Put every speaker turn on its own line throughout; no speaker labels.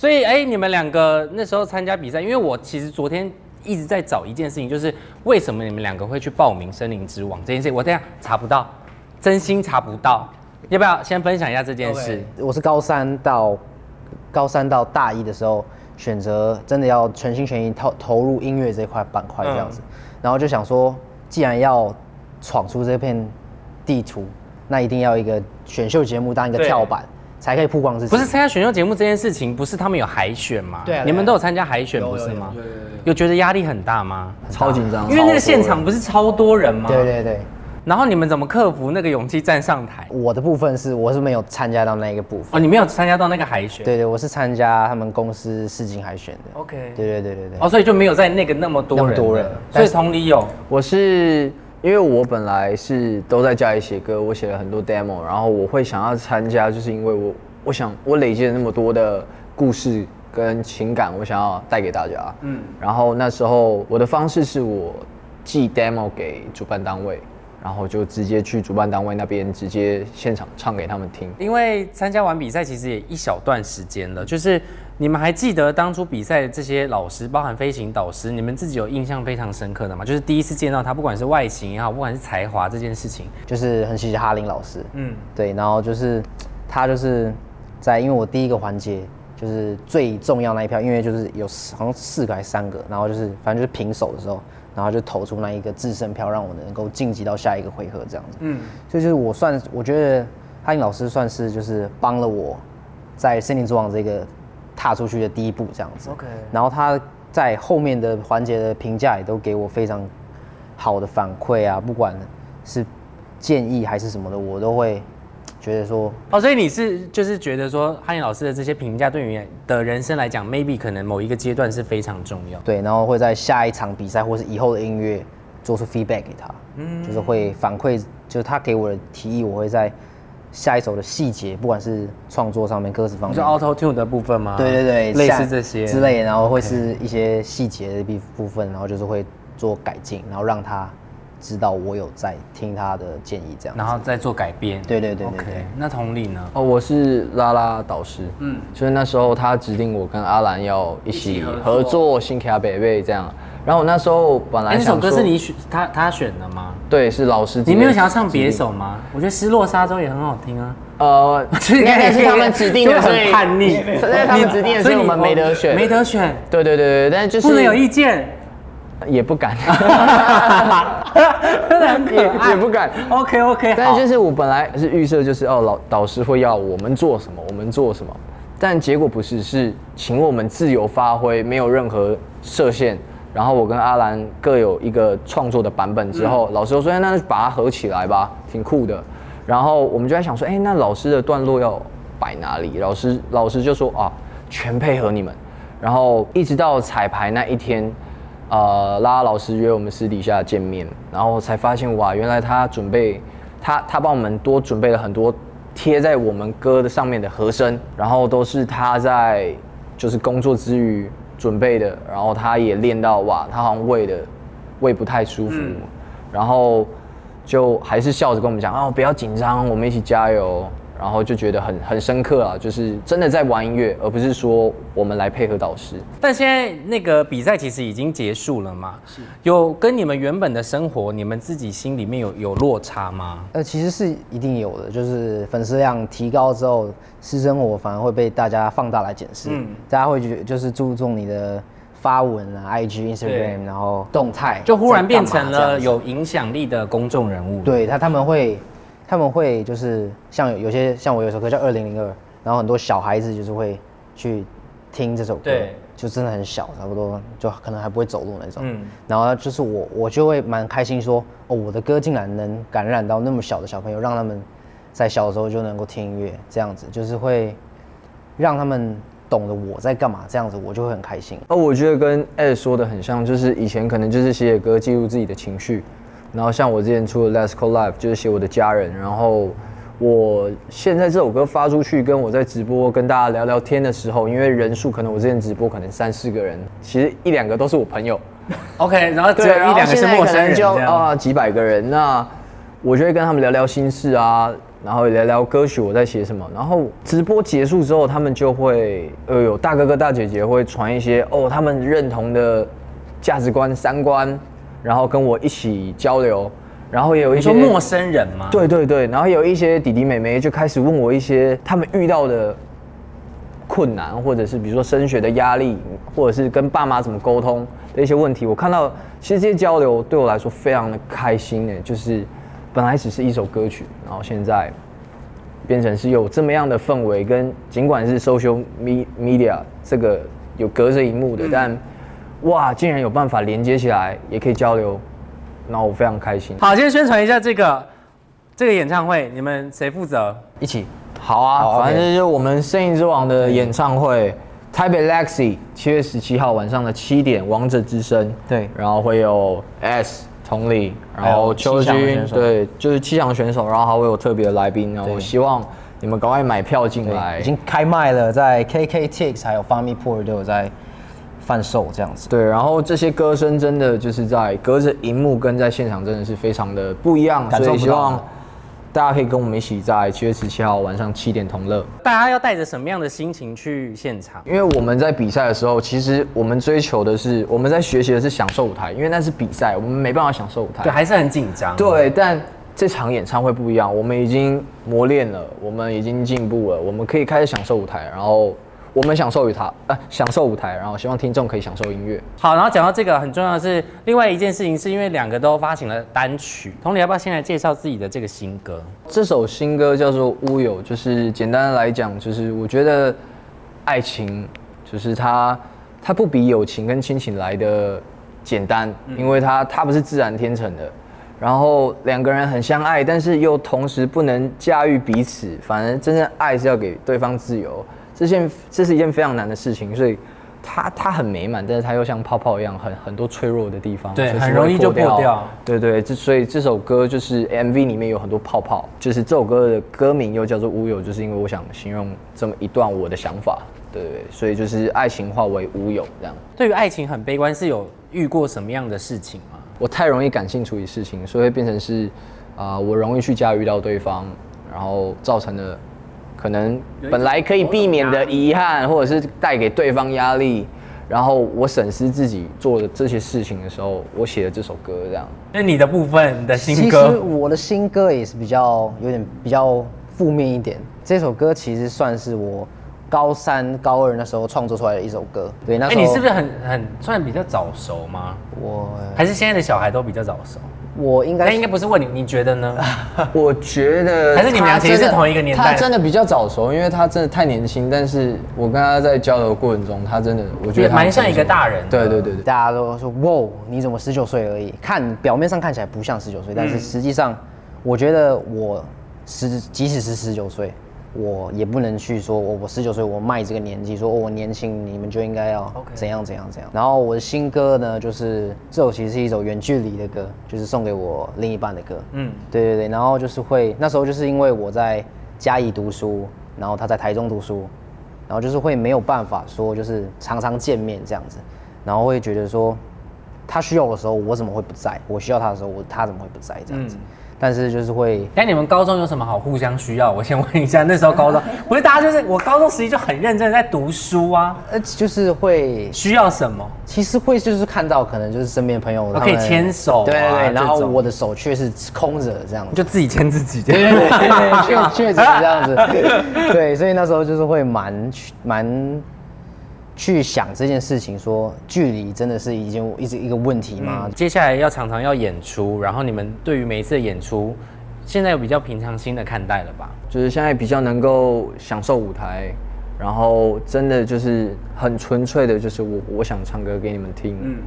所以哎、你们两个那时候参加比赛，因为我其实昨天一直在找一件事情，就是为什么你们两个会去报名《森林之王》这件事情，我这样查不到，真心查不到。要不要先分享一下这件事
OK
我是高三到高三到大一的时候，选择真的要全心全意投投入音乐这块板块这样子，
嗯
然后就想说，既然要闯出这片地图，那一定要一个选秀节目当一个
对
跳板，才可以曝光自己。
不是参加选秀节目这件事情，不是他们有海选吗？
对啊对啊
你们都有参加海选
有
不
有
是
有
吗
有有有？
有觉得压力很大吗？
超紧张，
因为那个现场不是超多人吗？
对对对，
然后你们怎么克服那个勇气站上台？
我的部分是我是没有参加到那一个部分。
哦，你没有参加到那个海选。
对对，我是参加他们公司试镜海选的。
，OK
对对对对对。
哦，所以就没有在那个那么多人的，
那么多人
所以同理有
我是因为我本来是都在家里写歌，我写了很多 demo，然后我会想要参加，就是因为我我想我累积了那么多的故事跟情感，我想要带给大家。嗯，然后那时候我的方式是我寄 demo 给主办单位，然后就直接去主办单位那边直接现场唱给他们听。
因为参加完比赛其实也一小段时间了，就是你们还记得当初比赛的这些老师，包含飞行导师，你们自己有印象非常深刻的吗？就是第一次见到他，不管是外形也好，不管是才华这件事情，
就是很谢谢哈林老师，
嗯
嗯，对，然后就是他就是在因为我第一个环节就是最重要那一票，因为就是有四好像四个还是三个，然后就是反正就是平手的时候，然后就投出那一个制胜票，让我能够晋级到下一个回合这样子，嗯，所以就是我算我觉得哈林老师算是就是帮了我在森林之王这个踏出去的第一步这样子
OK
然后他在后面的环节的评价也都给我非常好的反馈啊，不管是建议还是什么的，我都会觉得说，
哦，所以你是就是觉得说汉语老师的这些评价对你的人生来讲，maybe 可能某一个阶段是非常重要。
对，然后会在下一场比赛或是以后的音乐做出 feedback 给他，就是会反馈，就是他给我的提议，我会在下一首的细节，不管是创作上面、歌词方
你
面
说，Auto Tune 的部分吗？
对对对，
啊类似
像
这些嗯
之。类的，然后会是一些细节的部部分，然后就是会做改进，然后让他知道我有在听他的建议，这样子。
然后再做改编。
对对对对
OK，
对
那同理呢？
哦，我是拉拉导师，嗯，就是那时候他指定我跟阿兰要一
一起
起
合作
合作《新卡北贝》这样，然后我那时候本
哎、
来
那
想
首
说，
歌是你选，他他选的吗？
对，是老师。
你没有想要唱别？首吗？我觉得《失落沙洲》也很好听啊。
呃，应该是他们指定的，
很
所以
叛逆，
所以他们指定的，所以我们没得选。
没得选，
对对对对，但就是
不能有意见。
也不 敢，
真的很可爱
也也不敢。
OK OK，
但
好
是就。是我本来是预设就是哦，老导师会要我们做什么，我们做什么，但结果不是，是请我们自由发挥，没有任何设限。然后我跟阿兰各有一个创作的版本之后，
嗯
老师就说哎那就把它合起来吧，挺酷的。然后我们就在想说，哎，那老师的段落要摆哪里？老师老师就说啊，全配合你们。然后一直到彩排那一天，呃，拉拉老师约我们私底下见面，然后才发现哇，原来他准备他他帮我们多准备了很多贴在我们歌的上面的和声，然后都是他在就是工作之余准备的，然后他也练到哇，他好像胃的胃不太舒服，然后就还是笑着跟我们讲哦，不要紧张，我们一起加油。然后就觉得很很深刻啊，就是真的在玩音乐，而不是说我们来配合导师。
但现在那个比赛其实已经结束了嘛，有跟你们原本的生活，你们自己心里面有有落差吗？
呃，其实是一定有的，就是粉丝量提高之后，私生活反而会被大家放大来检视，
嗯
大家会觉就是注重你的发文啊、IG、
对
Instagram，然后动态，
就忽然变成
在干嘛这
了
样子
有影响力的公众人物。
对他他们会，他们会就是像有有些像我有首歌叫《二零零二》，然后很多小孩子就是会去听这首歌，
对
就真的很小，差不多就可能还不会走路那种。
嗯
然后就是我我就会蛮开心说，哦，我的歌竟然能感染到那么小的小朋友，让他们在小的时候就能够听音乐，这样子就是会让他们懂得我在干嘛，这样子我就会很开心。
哦，我觉得跟艾说的很像，就是以前可能就是写写歌记录自己的情绪，然后像我之前出的《Let's Call Life》就是写我的家人，然后我现在这首歌发出去，跟我在直播跟大家聊聊天的时候，因为人数可能我之前直播可能三四个人，其实一两个都是我朋友，
，OK，然后只
对，
有
然
一
后
两个
现
是
在
陌
可
生
能
人这
就
样。
啊、几百个人，那我就会跟他们聊聊心事啊，然后聊聊歌曲我在写什么。然后直播结束之后，他们就会呃有大哥哥大姐姐会传一些哦他们认同的价值观、三观，然后跟我一起交流。然后也有一
你
些
说陌生人吗？，
对对对，然后有一些弟弟妹妹就开始问我一些他们遇到的困难，或者是比如说升学的压力，或者是跟爸妈怎么沟通的一些问题。我看到其实这些交流对我来说非常的开心诶，就是本来只是一首歌曲，然后现在变成是有这么样的氛围，跟尽管是 social me- media 这个有隔着荧幕的，但哇，竟然有办法连接起来，也可以交流，那我非常开心。
好，先宣传一下这个这个演唱会，你们谁负责？
一起。好啊，
好
反正
OK
就是我们《声音之王》的演唱会，台北 Lexi 七月十七号晚上的七点，《王者之声》
对
然后会有 S 同理，然后秋
还有七项
君
选，手
对，就是七场选手，然后还会有特别的来宾，然后我希望你们赶快买票进来
对，已。经开卖了，在 KK Tix 还有 f a m i p o r 都有在贩售这样子。
对，然后这些歌声真的就是在隔着荧幕跟在现场真的是非常的不一样，
感受
所以
不
希
到
望
的
大家可以跟我们一起在七月十七号晚上七点同乐。
大家要带着什么样的心情去现场？
因为我们在比赛的时候，其实我们追求的是，我们在学习的是享受舞台，因为那是比赛，我们没办法享受舞
对，
台。
还是很紧张。，
对，但这场演唱会不一样，我们已经磨练了，我们已经进步了，我们可以开始享受舞台，然后我们享受舞台，呃，享受舞台，然后希望听众可以享受音乐。
好，然后讲到这个很重要的是，另外一件事情是因为两个都发行了单曲，同理要不要先来介绍自己的这个新歌？
这首新歌叫做《乌有》，就是简单的来讲，就是我觉得爱情，就是它它不比友情跟亲情来的简单，
嗯
因为它它不是自然天成的。然后两个人很相爱，但是又同时不能驾驭彼此，反正真正爱是要给对方自由，这件这是一件非常难的事情，所以它它很美满，但是它又像泡泡一样，很很多脆弱的地方，
对
随时
很
会
容易就破掉
对对，这所以这首歌就是 MV 里面有很多泡泡，就是这首歌的歌名又叫做《乌有》，就是因为我想形容这么一段我的想法，对对，对所以就是爱情化为乌有这样。
对于爱情很悲观，是有遇过什么样的事情吗？
我太容易感性处理事情，所以会变成是，啊、我容易去驾驭到对方，然后造成的可能本来可以避免的遗憾，或者是带给对方压力，然后我审视自己做的这些事情的时候，我写了这首歌这样。
那你的部分，你的
其
新
实
歌，
我的新歌也是比较有点比较负面一点。这首歌其实算是我高三、高二那时候创作出来的一首歌。对，那
哎、
时候、
你是不是很很算比较早熟吗？
我
还是现在的小孩都比较早熟？
我应
那
该
应该不是问你，你觉得 呢？
我觉得
还是你们俩其实是同一个年代
他真的比较早熟，因为他真的太年轻。但是我跟他在交流的过程中，他真的我觉
也
得他很
蛮像
成
一个
熟
大人的
对对对对，
呃大家都说哇，你怎么十九岁而已？看表面上看起来不像十九
嗯
岁，但是实际上，我觉得我十即使是十九岁，我也不能去说哦我我十九岁我卖这个年纪，说、哦、我年轻，你们就应该要
OK
怎样怎样怎样。然后我的新歌呢，就是这首其实是一首远距离的歌，就是送给我另一半的歌。
嗯
嗯，对对对，然后就是会那时候就是因为我在嘉义读书，然后他在台中读书，然后就是会没有办法说就是常常见面这样子，然后会觉得说他需要我的时候我怎么会不在，我需要他的时候我他怎么会不在这样
嗯
子，但是就是会
哎但你们高中有什么好互相需要？我先问一下，那时候高 中不是大家就是我高中时期就很认真地在读书啊，
呃就是会
需要什么？
其实会就是看到可能就是身边的朋友
我
他
可以
们
牵手啊
对对对，然后
这种
我的手却是空着的这样子。
就自己牵自己
对对对对
的。
确确实是这样 子。对，所以那时候就是会蛮蛮去想这件事情说，距离真的是已经一直一个问题吗？
啊接下来要常常要演出，然后你们对于每一次的演出，现在有比较平常心的看待了吧？
就是现在比较能够享受舞台，然后真的就是很纯粹的，就是我我想唱歌给你们听，嗯，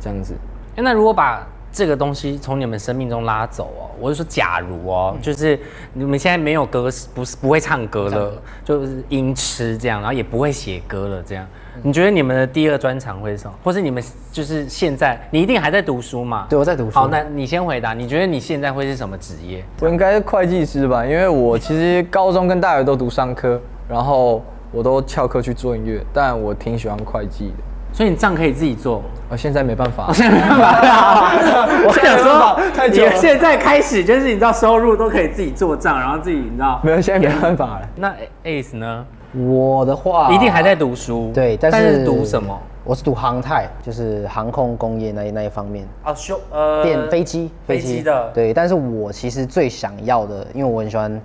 这样子。
诶那如果把这个东西从你们生命中拉走哦，我就说假如哦，就是你们现在没有歌，不是不会唱歌了，就是音痴这样，然后也不会写歌了这样。你觉得你们的第二专场会是什么？或是你们就是现在，你一定还在读书嘛？
对我在读书
好，那你先回答，你觉得你现在会是什么职业？
我应该是会计师吧，因为我其实高中跟大学都读商科，然后我都翘课去做音乐，但我挺喜欢会计的。
所以你账可以自己做。
我现在没办法，
没办法啦，我想说，
太久了
你现在开始就是你知道收入都可以自己做账，然后自己你知道。
没有，现在没办法了。
那 Ace 呢？
我的话，
一定还在读书，
啊对，但
但
是
是读什么？？
我是读航太，就是航空工业那一那一方面，
啊，修呃
电飞机，
飞机的
对，但是我其实最想要的，因为我很喜欢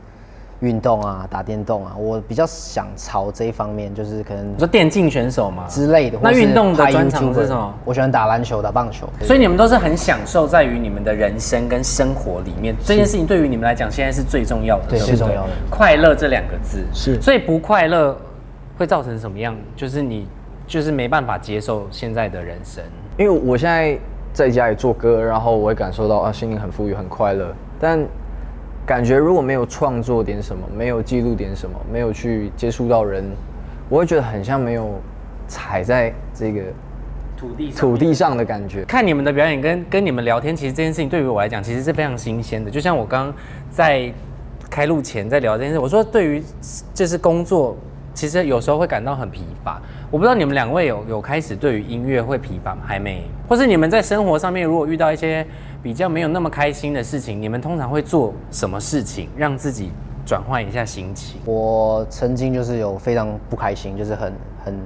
运动啊，打电动啊，我比较想朝这一方面，就是可能
你说电竞选手吗？
之类的。
那
或是
运动的
拍
专长
YouTuber
是什么
我喜欢打篮球，打棒球。
所以你们都是很享受在于你们的人生跟生活里面，这件事情对于你们来讲现在是最重要的，
对
不
最重要的
快乐这两个字
是
所以不快乐会造成什么样？就是你就是没办法接受现在的人生，
因为我现在在家里做歌，然后我会感受到啊，心灵很富裕，很快乐。但感觉如果没有创作点什么，没有记录点什么，没有去接触到人，我会觉得很像没有踩在这个
土地
土地上的感觉。
看你们的表演跟跟你们聊天，其实这件事情对于我来讲，其实是非常新鲜的。就像我刚刚在开录前在聊这件事，我说对于就是工作，其实有时候会感到很疲乏。我不知道你们两位有有开始对于音乐会疲乏吗？还没，或是你们在生活上面如果遇到一些比较没有那么开心的事情，你们通常会做什么事情让自己转换一下心情？
我曾经就是有非常不开心，就是很很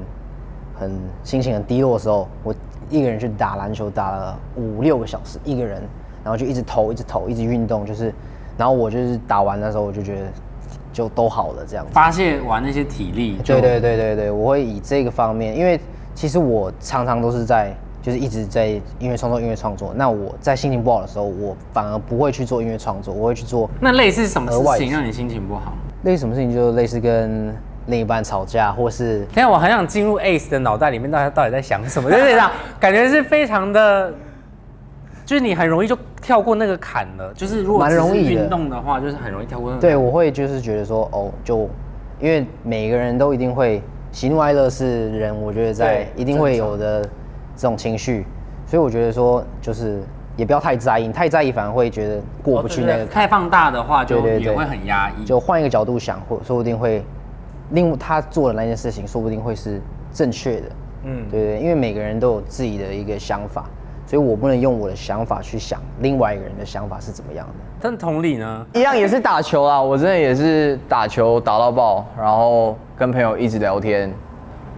很心情很低落的时候，我一个人去打篮球，打了五六个小时，一个人，然后就一直投，一直投，一直运动，就是，然后我就是打完的时候，我就觉得就都好了这样子。
发泄完那些体力，
对对对对对，我会以这个方面，因为其实我常常都是在就是一直在音乐创作，音乐创作。那我在心情不好的时候，我反而不会去做音乐创作，我会去做
那类似什么
额
事
外
情让你心情不好？
类似什么事情，就类似跟另一半吵架，或是
等一下啊我很想进入 Ace 的脑袋里面，大家到底在想什么？ 就是这样，感觉是非常的，就是你很容易就跳过那个坎了。就是如果
蛮
只
容
是
易的
运动的话，就是很容易跳过那个坎。
对我会就是觉得说哦，就因为每个人都一定会喜怒哀乐是人，我觉得在
对
一定会有的这种情绪，所以我觉得说就是也不要太在意，你太在意反而会觉得过不去
哦对
那
对
个
对太放大的话，就
对对
也
对
会很压抑。
就换一个角度想，或说不定会，另他做的那件事情，说不定会是正确的。
嗯
嗯，对对，因为每个人都有自己的一个想法，所以我不能用我的想法去想另外一个人的想法是怎么样的。
但同理呢，
一样也是打球啊，我真的也是打球打到爆，然后跟朋友一直聊天，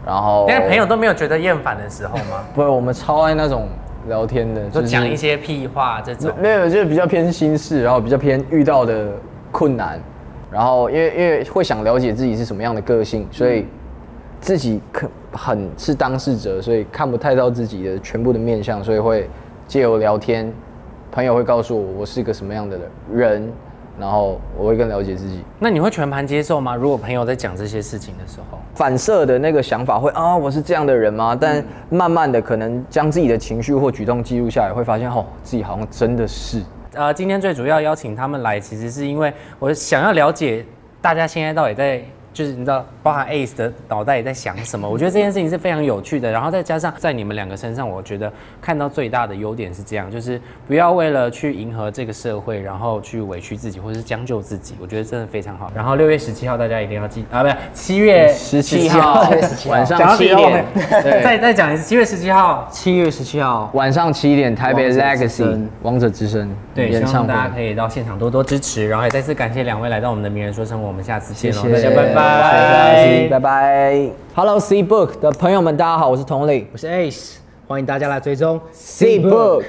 然后
但是朋友都没有觉得厌烦的时候 吗？
不，我们超爱那种聊天的，
就
就
讲
是
一些屁话这种。
没有，就是比较偏心事，然后比较偏遇到的困难，然后因为因为会想了解自己是什么样的个性，所以自己可很是当事者，所以看不太到自己的全部的面相，所以会借由聊天，朋友会告诉我我是个什么样的人，然后我会更了解自己。
那你会全盘接受吗？如果朋友在讲这些事情的时候，
反射的那个想法会啊，我是这样的人吗？但慢慢的，可能将自己的情绪或举动记录下来，会发现哦，自己好像真的是。
呃，今天最主要邀请他们来，其实是因为我想要了解大家现在到底在，就是你知道，包含 Ace 的脑袋也在想什 么。我觉得这件事情是非常有趣的，然后再加上在你们两个身上，我觉得看到最大的优点是这样，就是不要为了去迎合这个社会，然后去委屈自己或是将就自己，我觉得真的非常好。然后六月十七号大家一定要记啊，不是七月
17
号
晚
讲到
上
这
七
个
点，
对 再再讲一次，七月十七号。
七月十七号，
晚上七点，台北
王者之
Legacy
声
王者之声
对，
演
希望
唱会
大。家可以到现场多多支持，然后也再次感谢两位来到我们的名人说生活，我们下次见喽，大家拜拜。
拜拜。Hello C Book 的朋友们，大家好，我是童磊
我是 Ace，欢迎大家来追踪
C Book。